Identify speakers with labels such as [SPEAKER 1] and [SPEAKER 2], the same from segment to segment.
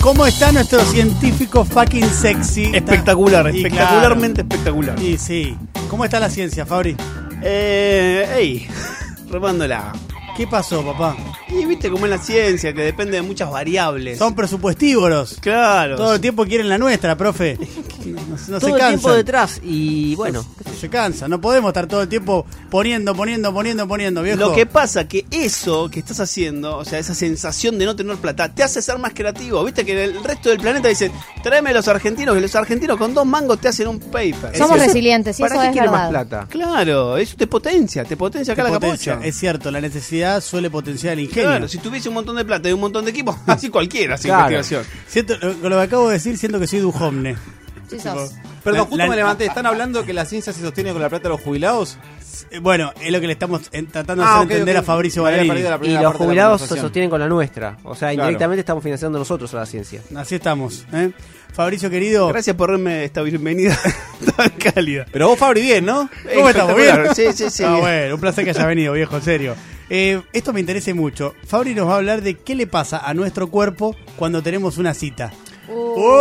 [SPEAKER 1] ¿Cómo está nuestro científico fucking sexy?
[SPEAKER 2] Espectacular,
[SPEAKER 1] Y
[SPEAKER 2] espectacularmente espectacular.
[SPEAKER 1] claro, Y sí. ¿Cómo está la ciencia, Fabri?
[SPEAKER 2] Eh, ey, remándola.
[SPEAKER 1] ¿Qué pasó, papá?
[SPEAKER 2] Y viste cómo es la ciencia, que depende de muchas variables.
[SPEAKER 1] Son presupuestívoros.
[SPEAKER 2] claro.
[SPEAKER 1] Todo el tiempo quieren la nuestra, profe. No, no se
[SPEAKER 3] Todo el
[SPEAKER 1] cansan.
[SPEAKER 3] tiempo detrás y bueno.
[SPEAKER 1] No se cansa. No podemos estar todo el tiempo poniendo, poniendo, poniendo, poniendo, viejo.
[SPEAKER 2] Lo que pasa que eso que estás haciendo, o sea, esa sensación de no tener plata, te hace ser más creativo. Viste que el resto del planeta dicen, tráeme a los argentinos, que los argentinos con dos mangos te hacen un paper.
[SPEAKER 4] Somos
[SPEAKER 2] Eso-
[SPEAKER 4] resilientes, y
[SPEAKER 3] ¿Para
[SPEAKER 4] eso
[SPEAKER 3] qué
[SPEAKER 4] es
[SPEAKER 3] quiere
[SPEAKER 4] verdad.
[SPEAKER 3] más plata?
[SPEAKER 2] Claro, eso te potencia, te potencia
[SPEAKER 1] Te
[SPEAKER 2] acá la
[SPEAKER 1] potencia.
[SPEAKER 2] capucha.
[SPEAKER 1] Es cierto, la necesidad suele potenciar el ingenio.
[SPEAKER 2] Claro, si tuviese un montón de plata y un montón de equipos, así cualquiera, sin
[SPEAKER 3] Claro.
[SPEAKER 2] investigación.
[SPEAKER 1] Siento- lo- con lo que acabo de decir, siento que soy Duhomne.
[SPEAKER 4] Sí sos.
[SPEAKER 1] La-
[SPEAKER 5] Perdón, justo
[SPEAKER 1] la-
[SPEAKER 5] me levanté. ¿Están hablando que la ciencia se sostiene con la plata de los jubilados?
[SPEAKER 1] Eh, Bueno, es lo que le estamos en- tratando de
[SPEAKER 5] Ah,
[SPEAKER 1] hacer
[SPEAKER 5] ok,
[SPEAKER 1] entender
[SPEAKER 5] ok.
[SPEAKER 1] a Fabricio
[SPEAKER 5] Me había
[SPEAKER 1] Valerini.
[SPEAKER 5] perdido la
[SPEAKER 3] Y
[SPEAKER 5] primera
[SPEAKER 3] los
[SPEAKER 5] parte de la
[SPEAKER 3] jubilados se
[SPEAKER 5] conversación.
[SPEAKER 3] sostienen con la nuestra. O sea,
[SPEAKER 5] Claro.
[SPEAKER 3] indirectamente estamos financiando nosotros a la ciencia.
[SPEAKER 1] Así estamos. ¿eh? Fabricio, querido.
[SPEAKER 2] Gracias por darme esta bienvenida tan cálida.
[SPEAKER 5] Pero vos, Fabri, bien, ¿no?
[SPEAKER 1] ¿Cómo estamos? ¿Bien?
[SPEAKER 2] Espectacular. Sí, sí, sí.
[SPEAKER 1] Ah, bueno, un placer que haya venido, viejo, en serio. Eh, esto me interesa mucho. Fabri nos va a hablar de qué le pasa a nuestro cuerpo cuando tenemos una cita.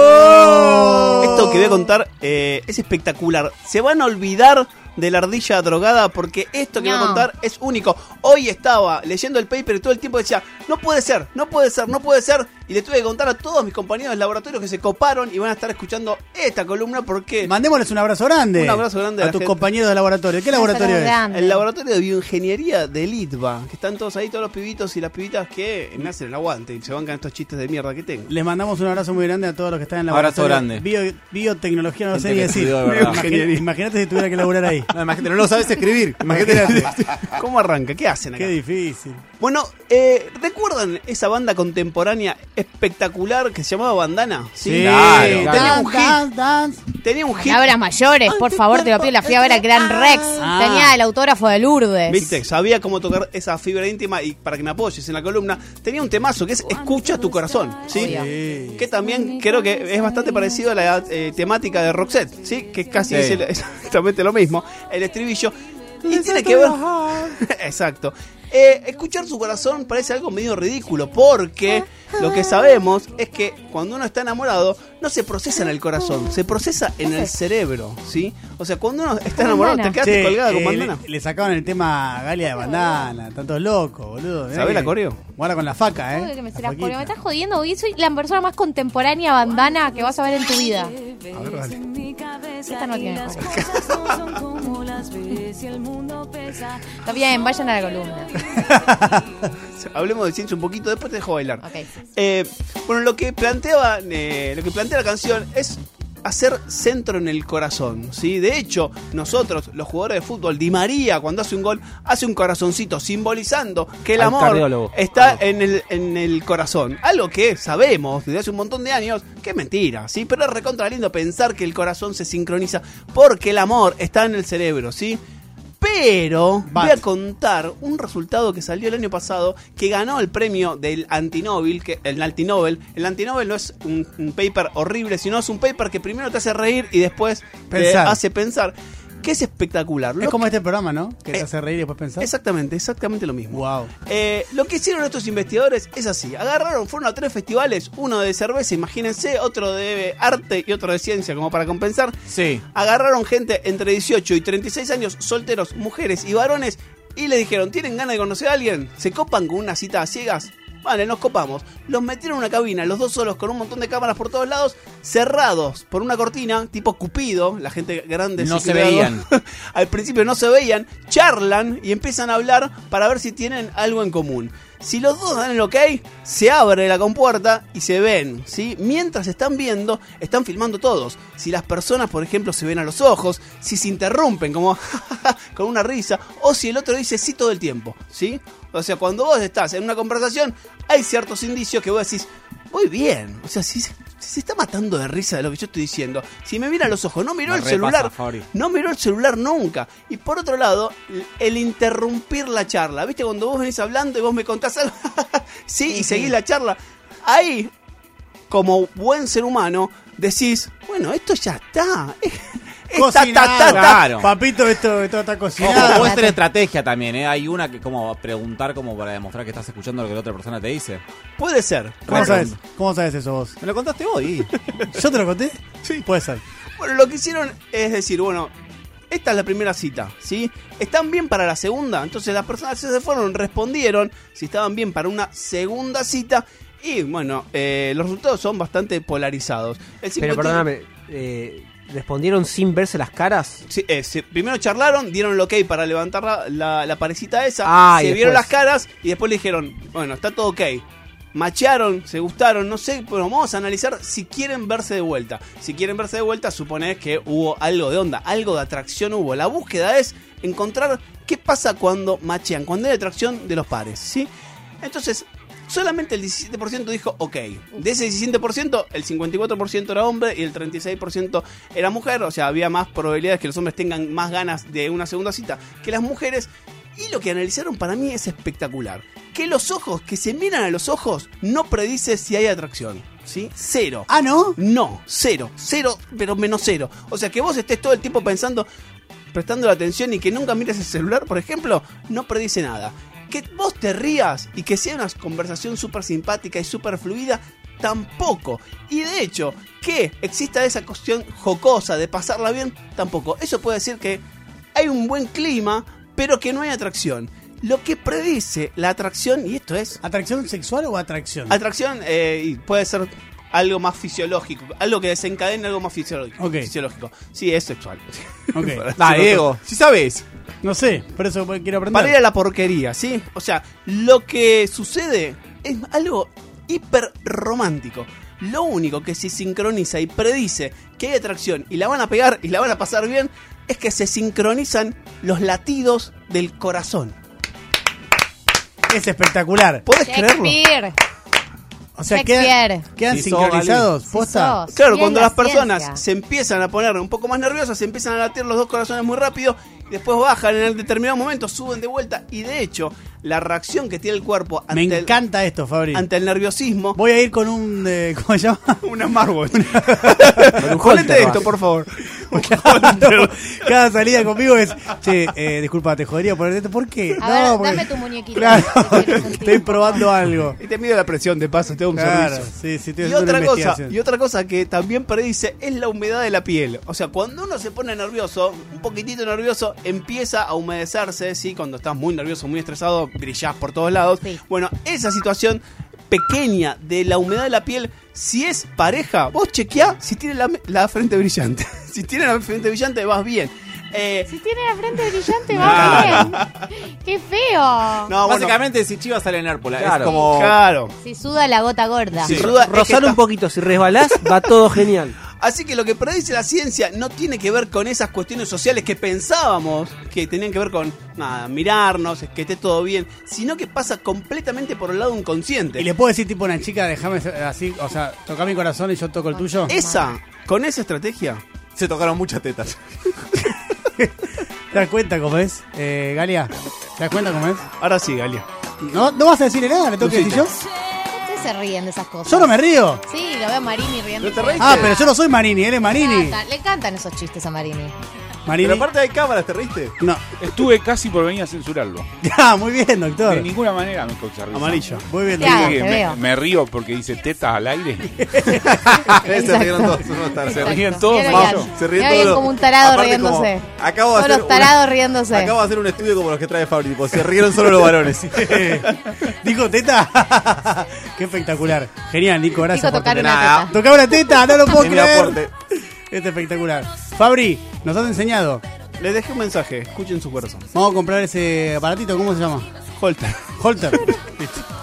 [SPEAKER 1] ¡Oh!
[SPEAKER 2] Esto que voy a contar eh, es espectacular. Se van a olvidar de la ardilla drogada porque esto que voy a
[SPEAKER 4] No.
[SPEAKER 2] contar es único. Hoy estaba leyendo el paper y todo el tiempo decía, no puede ser, no puede ser, no puede ser. Y le tuve que contar a todos mis compañeros de laboratorio que se coparon y van a estar escuchando esta columna porque
[SPEAKER 1] Mandémosles un abrazo grande.
[SPEAKER 2] Eh, Un abrazo grande
[SPEAKER 1] a
[SPEAKER 2] a la
[SPEAKER 1] tus
[SPEAKER 2] gente.
[SPEAKER 1] compañeros de laboratorio. ¿Qué
[SPEAKER 4] Un abrazo
[SPEAKER 1] laboratorio es?
[SPEAKER 4] grande.
[SPEAKER 2] el laboratorio de bioingeniería de Litva, que están todos ahí, todos los pibitos y las pibitas que me hacen el aguante y se bancan estos chistes de mierda que tengo.
[SPEAKER 1] Les mandamos un abrazo muy grande a todos los que están en la
[SPEAKER 5] Abrazo
[SPEAKER 1] biotecnología, no sé ni
[SPEAKER 5] Gente que
[SPEAKER 1] decir.
[SPEAKER 5] estudió de verdad.
[SPEAKER 1] Imagina-
[SPEAKER 2] Ingeniería.
[SPEAKER 1] Imagínate si tuviera que laburar ahí.
[SPEAKER 5] No, imagínate, no lo sabes escribir.
[SPEAKER 1] Imagínate.
[SPEAKER 5] Imagínate.
[SPEAKER 2] ¿Cómo arranca? ¿Qué hacen acá?
[SPEAKER 1] Qué difícil.
[SPEAKER 2] Bueno, eh, ¿recuerdan esa banda contemporánea espectacular que se llamaba Bandana?
[SPEAKER 5] claro, claro.
[SPEAKER 2] Tenía
[SPEAKER 1] Dance,
[SPEAKER 2] un hit.
[SPEAKER 1] dance, dance.
[SPEAKER 2] Tenía un hit.
[SPEAKER 4] Palabras mayores, por favor, te lo pido. La fui a ver a Gran Rex.
[SPEAKER 1] Ah.
[SPEAKER 4] Tenía el autógrafo de Lourdes.
[SPEAKER 2] Viste, sabía cómo tocar esa fibra íntima y para que me apoyes en la columna, tenía un temazo que es Escucha tu corazón, ¿sí?
[SPEAKER 4] Obvio.
[SPEAKER 2] Que también creo que es bastante parecido a la eh, temática de Roxette, ¿sí? Que casi
[SPEAKER 5] Sí.
[SPEAKER 2] es el- exactamente lo mismo, el estribillo. Y tiene que ver... Exacto. Eh, escuchar su corazón parece algo medio ridículo porque lo que sabemos es que cuando uno está enamorado no se procesa en el corazón, se procesa en el cerebro, ¿sí? O sea, cuando uno está enamorado te
[SPEAKER 4] Bandana.
[SPEAKER 2] quedaste
[SPEAKER 1] Che,
[SPEAKER 2] colgada con
[SPEAKER 1] eh,
[SPEAKER 2] bandana.
[SPEAKER 1] Le, le sacaban el tema a Galia de Bandana. Están todos locos, boludo. Mirá
[SPEAKER 2] ¿Sabés
[SPEAKER 1] que-
[SPEAKER 2] la coreo?
[SPEAKER 1] Guarda con la faca,
[SPEAKER 4] Uy,
[SPEAKER 1] ¿eh?
[SPEAKER 4] que me, se
[SPEAKER 1] La
[SPEAKER 4] la- porque me
[SPEAKER 1] faquita.
[SPEAKER 4] estás jodiendo hoy. Soy la persona más contemporánea bandana que vas a ver en tu vida.
[SPEAKER 1] A ver, dale.
[SPEAKER 4] Esta no tiene
[SPEAKER 6] Las
[SPEAKER 4] cola.
[SPEAKER 6] cosas no son como las ves y el mundo pesa.
[SPEAKER 4] Está bien, vayan a la columna.
[SPEAKER 2] Hablemos de ciencia un poquito, después te dejo bailar.
[SPEAKER 4] Ok.
[SPEAKER 2] Eh, bueno, lo que planteaba, eh, lo que plantea la canción es hacer centro en el corazón, ¿sí? De hecho, nosotros, los jugadores de fútbol, Di María, cuando hace un gol, hace un corazoncito, simbolizando que el
[SPEAKER 3] Al
[SPEAKER 2] amor
[SPEAKER 3] cardiólogo.
[SPEAKER 2] está en el, en el corazón. Algo que sabemos desde hace un montón de años que es mentira, ¿sí? Pero es recontra lindo pensar que el corazón se sincroniza porque el amor está en el cerebro, ¿sí? Pero voy a
[SPEAKER 1] Bat.
[SPEAKER 2] contar un resultado que salió el año pasado que ganó el premio del Antinobel, que el Antinobel, el Antinobel no es un, un paper horrible, sino es un paper que primero te hace reír y después
[SPEAKER 1] Pensar.
[SPEAKER 2] te hace pensar, que es espectacular. Lo
[SPEAKER 1] Es como este programa, ¿no? Que te
[SPEAKER 2] Eh,
[SPEAKER 1] hace reír y después pensar.
[SPEAKER 2] Exactamente, exactamente lo mismo.
[SPEAKER 1] Wow.
[SPEAKER 2] Eh, lo que hicieron estos investigadores es así: agarraron, fueron a tres festivales, uno de cerveza, imagínense, otro de arte y otro de ciencia, como para compensar.
[SPEAKER 5] Sí.
[SPEAKER 2] Agarraron gente entre 18 y 36 años, solteros, mujeres y varones, y les dijeron: ¿Tienen ganas de conocer a alguien? ¿Se copan con una cita a ciegas? Vale, nos copamos. Los metieron en una cabina, los dos solos, con un montón de cámaras por todos lados, cerrados por una cortina, tipo Cupido, la gente grande.
[SPEAKER 5] No
[SPEAKER 2] sí
[SPEAKER 5] se
[SPEAKER 2] que veo.
[SPEAKER 5] veían.
[SPEAKER 2] Al principio no se veían, charlan y empiezan a hablar para ver si tienen algo en común. Si los dos dan el ok, se abre la compuerta y se ven, ¿sí? Mientras están viendo, están filmando todos. Si las personas, por ejemplo, se ven a los ojos, si se interrumpen como con una risa, o si el otro dice sí todo el tiempo, ¿sí? O sea, cuando vos estás en una conversación, hay ciertos indicios que vos decís, voy bien. O sea, si se, si se está matando de risa de lo que yo estoy diciendo, si me mira a los ojos, no miró
[SPEAKER 5] Me
[SPEAKER 2] el
[SPEAKER 5] repasa,
[SPEAKER 2] celular,
[SPEAKER 5] Fabri.
[SPEAKER 2] no miró el celular nunca. Y por otro lado, el interrumpir la charla. ¿Viste? Cuando vos venís hablando y vos me contás algo. sí, y seguís la charla. Ahí, como buen ser humano, decís, bueno, esto ya está. Esta, ta, ta, ta.
[SPEAKER 5] Claro.
[SPEAKER 1] Papito, esto, esto está
[SPEAKER 5] Ojo,
[SPEAKER 1] cocinado.
[SPEAKER 5] puede ser estrategia también, ¿eh? Hay una que como preguntar como para demostrar que estás escuchando lo que la otra persona te dice.
[SPEAKER 2] Puede ser.
[SPEAKER 1] ¿Cómo sabes? ¿Cómo sabes eso vos?
[SPEAKER 5] Me lo contaste hoy.
[SPEAKER 1] ¿Yo te lo conté? Sí. Puede ser.
[SPEAKER 2] Bueno, lo que hicieron es decir, bueno, esta es la primera cita, ¿sí? ¿Están bien para la segunda? Entonces las personas se fueron, respondieron si estaban bien para una segunda cita. Y bueno, eh, los resultados son bastante polarizados. El
[SPEAKER 3] Pero
[SPEAKER 2] 50
[SPEAKER 3] perdóname, eh, ¿respondieron sin verse las caras?
[SPEAKER 2] Sí, eh, sí. primero charlaron, dieron el ok para levantar la, la- la parecita esa,
[SPEAKER 3] Ah,
[SPEAKER 2] se
[SPEAKER 3] y
[SPEAKER 2] vieron
[SPEAKER 3] después.
[SPEAKER 2] las caras y después le dijeron, bueno, está todo ok. Macharon, se gustaron, no sé, pero vamos a analizar si quieren verse de vuelta. Si quieren verse de vuelta, suponés que hubo algo de onda, algo de atracción hubo. La búsqueda es encontrar qué pasa cuando machean, cuando hay atracción de los pares, ¿sí? Entonces, solamente el 17% dijo ok. De ese 17%, el 54% era hombre y el 36% era mujer. O sea, había más probabilidades que los hombres tengan más ganas de una segunda cita que las mujeres. Y lo que analizaron para mí es espectacular. Que los ojos, que se miran a los ojos, no predice si hay atracción. ¿Sí? Cero.
[SPEAKER 1] Ah, ¿no?
[SPEAKER 2] No, cero, cero, pero menos cero. O sea, que vos estés todo el tiempo pensando, prestando la atención y que nunca mires el celular, por ejemplo, no predice nada. Que vos te rías y que sea una conversación súper simpática y súper fluida, tampoco. Y de hecho, que exista esa cuestión jocosa de pasarla bien, tampoco. Eso puede decir que hay un buen clima, pero que no hay atracción. Lo que predice la atracción, y esto es
[SPEAKER 1] ¿Atracción sexual o atracción?
[SPEAKER 2] Atracción eh, y puede ser algo más fisiológico, algo que desencadene algo más fisiológico.
[SPEAKER 1] Ok.
[SPEAKER 2] fisiológico. Sí, es sexual.
[SPEAKER 1] Ok.
[SPEAKER 5] Ah, Diego, si sabes.
[SPEAKER 1] No sé, por eso quiero aprender.
[SPEAKER 2] Para ir a la porquería, ¿sí? O sea, lo que sucede es algo hiper romántico. Lo único que si sincroniza y predice que hay atracción y la van a pegar y la van a pasar bien es que se sincronizan los latidos del corazón.
[SPEAKER 1] Es espectacular.
[SPEAKER 2] ¿Podés creerlo?
[SPEAKER 4] Shakespeare.
[SPEAKER 1] O sea,
[SPEAKER 4] Shakespeare.
[SPEAKER 1] quedan, quedan
[SPEAKER 5] Si sos,
[SPEAKER 1] sincronizados. Posta.
[SPEAKER 4] sos.
[SPEAKER 2] Claro,
[SPEAKER 4] Sí,
[SPEAKER 2] cuando
[SPEAKER 4] es la
[SPEAKER 2] las personas
[SPEAKER 4] ciencia.
[SPEAKER 2] se empiezan a poner un poco más nerviosas, se empiezan a latir los dos corazones muy rápido, y después bajan en el determinado momento, suben de vuelta y de hecho la reacción que tiene el cuerpo ante,
[SPEAKER 1] Me
[SPEAKER 2] el-
[SPEAKER 1] encanta esto, Fabri.
[SPEAKER 2] ante el nerviosismo...
[SPEAKER 1] Voy a ir con un. eh, ¿Cómo se llama?
[SPEAKER 2] Una smartwatch.
[SPEAKER 3] un
[SPEAKER 2] Ponete
[SPEAKER 3] holter,
[SPEAKER 2] esto,
[SPEAKER 3] vas.
[SPEAKER 2] por favor.
[SPEAKER 1] Cada salida conmigo es. Che, eh, disculpa, te jodería ponerte esto. ¿Por qué?
[SPEAKER 4] A ver,
[SPEAKER 1] porque-
[SPEAKER 4] dame tu muñequito.
[SPEAKER 1] Claro,
[SPEAKER 4] Te quiero sentir
[SPEAKER 1] estoy
[SPEAKER 4] un poco.
[SPEAKER 1] probando algo.
[SPEAKER 2] Y te mide la presión, de paso, te da un
[SPEAKER 1] Claro,
[SPEAKER 2] servicio.
[SPEAKER 1] sí, sí, estoy
[SPEAKER 2] Y
[SPEAKER 1] haciendo una
[SPEAKER 2] otra, cosa,
[SPEAKER 1] investigación.
[SPEAKER 2] y otra cosa que también predice es la humedad de la piel. O sea, cuando uno se pone nervioso, un poquitito nervioso, empieza a humedecerse, ¿sí? Cuando estás muy nervioso, muy estresado, brillás por todos lados.
[SPEAKER 4] Sí.
[SPEAKER 2] Bueno, esa situación pequeña de la humedad de la piel, si es pareja, vos chequeá si tiene la, la frente brillante. si tiene la frente brillante, vas bien. Eh,
[SPEAKER 4] Si tiene la frente brillante, va bien. Qué feo.
[SPEAKER 2] no, Ah, bueno,
[SPEAKER 5] Básicamente, si Chivas sale en Hérpola,
[SPEAKER 3] Claro.
[SPEAKER 5] es como.
[SPEAKER 2] claro.
[SPEAKER 4] Si suda la gota gorda.
[SPEAKER 2] Sin
[SPEAKER 5] Sí.
[SPEAKER 2] duda es que
[SPEAKER 3] Rozar
[SPEAKER 2] está-
[SPEAKER 3] un poquito, si resbalás, va todo genial.
[SPEAKER 2] Así que lo que predice la ciencia no tiene que ver con esas cuestiones sociales que pensábamos que tenían que ver con nada, mirarnos, que esté todo bien, sino que pasa completamente por el lado inconsciente.
[SPEAKER 1] Y le puedo decir, tipo, a una chica, déjame ser así, o sea, toca mi corazón y yo toco el tuyo.
[SPEAKER 2] Esa, con esa estrategia,
[SPEAKER 5] Se tocaron muchas tetas.
[SPEAKER 1] ¿Te das cuenta cómo es? Eh, Galia, ¿te das cuenta cómo es?
[SPEAKER 2] ahora sí, Galia.
[SPEAKER 1] ¿No, ¿No vas a decirle nada? ¿Le tengo que decir yo?
[SPEAKER 4] Ustedes se ríen de esas cosas.
[SPEAKER 1] Yo no me río.
[SPEAKER 4] Sí, lo veo a Marini riendo.
[SPEAKER 5] ¿No te reís?
[SPEAKER 1] Ah, pero yo no soy Marini, él es
[SPEAKER 4] Le
[SPEAKER 1] Marini.
[SPEAKER 4] encantan, le encantan esos chistes a Marini.
[SPEAKER 1] Marini.
[SPEAKER 5] Pero aparte de cámaras, ¿te reíste?
[SPEAKER 1] No.
[SPEAKER 7] Estuve casi por venir a censurarlo.
[SPEAKER 1] Ah, muy bien, doctor.
[SPEAKER 7] De ninguna manera me causa risa.
[SPEAKER 1] Amarillo. Muy bien,
[SPEAKER 4] Te
[SPEAKER 7] Digo
[SPEAKER 1] doctor.
[SPEAKER 4] hagas,
[SPEAKER 7] que
[SPEAKER 4] te
[SPEAKER 7] me,
[SPEAKER 4] veo.
[SPEAKER 7] me río porque dice tetas al aire.
[SPEAKER 5] Se rieron todos. no está- Ah, se
[SPEAKER 7] Exacto.
[SPEAKER 5] ríen.
[SPEAKER 7] ríen todos,
[SPEAKER 4] Mira
[SPEAKER 7] menos
[SPEAKER 4] bien.
[SPEAKER 5] Se ríen
[SPEAKER 4] Mira
[SPEAKER 5] todos
[SPEAKER 4] bien
[SPEAKER 5] los-
[SPEAKER 4] como un tarado
[SPEAKER 5] Aparte,
[SPEAKER 4] riéndose.
[SPEAKER 5] como- acabo de
[SPEAKER 4] Todos
[SPEAKER 5] hacer
[SPEAKER 4] los tarados
[SPEAKER 5] una-
[SPEAKER 4] riéndose.
[SPEAKER 5] Acabo de hacer un estudio como los que trae Fabri, tipo, se rieron solo los varones.
[SPEAKER 1] Eh, ¿Dijo teta? Qué espectacular. Genial, Nico, gracias.
[SPEAKER 4] Dijo
[SPEAKER 1] por tu-
[SPEAKER 4] tocar una
[SPEAKER 5] nada.
[SPEAKER 4] teta.
[SPEAKER 1] Tocaba la teta, no lo puedo
[SPEAKER 5] Es mi
[SPEAKER 1] creer.
[SPEAKER 5] aporte.
[SPEAKER 1] Es espectacular. Fabri, nos has enseñado.
[SPEAKER 2] Les dejé un mensaje, escuchen su corazón.
[SPEAKER 1] Vamos a comprar ese aparatito, ¿cómo se llama?
[SPEAKER 2] Holter.
[SPEAKER 1] Holter. Listo.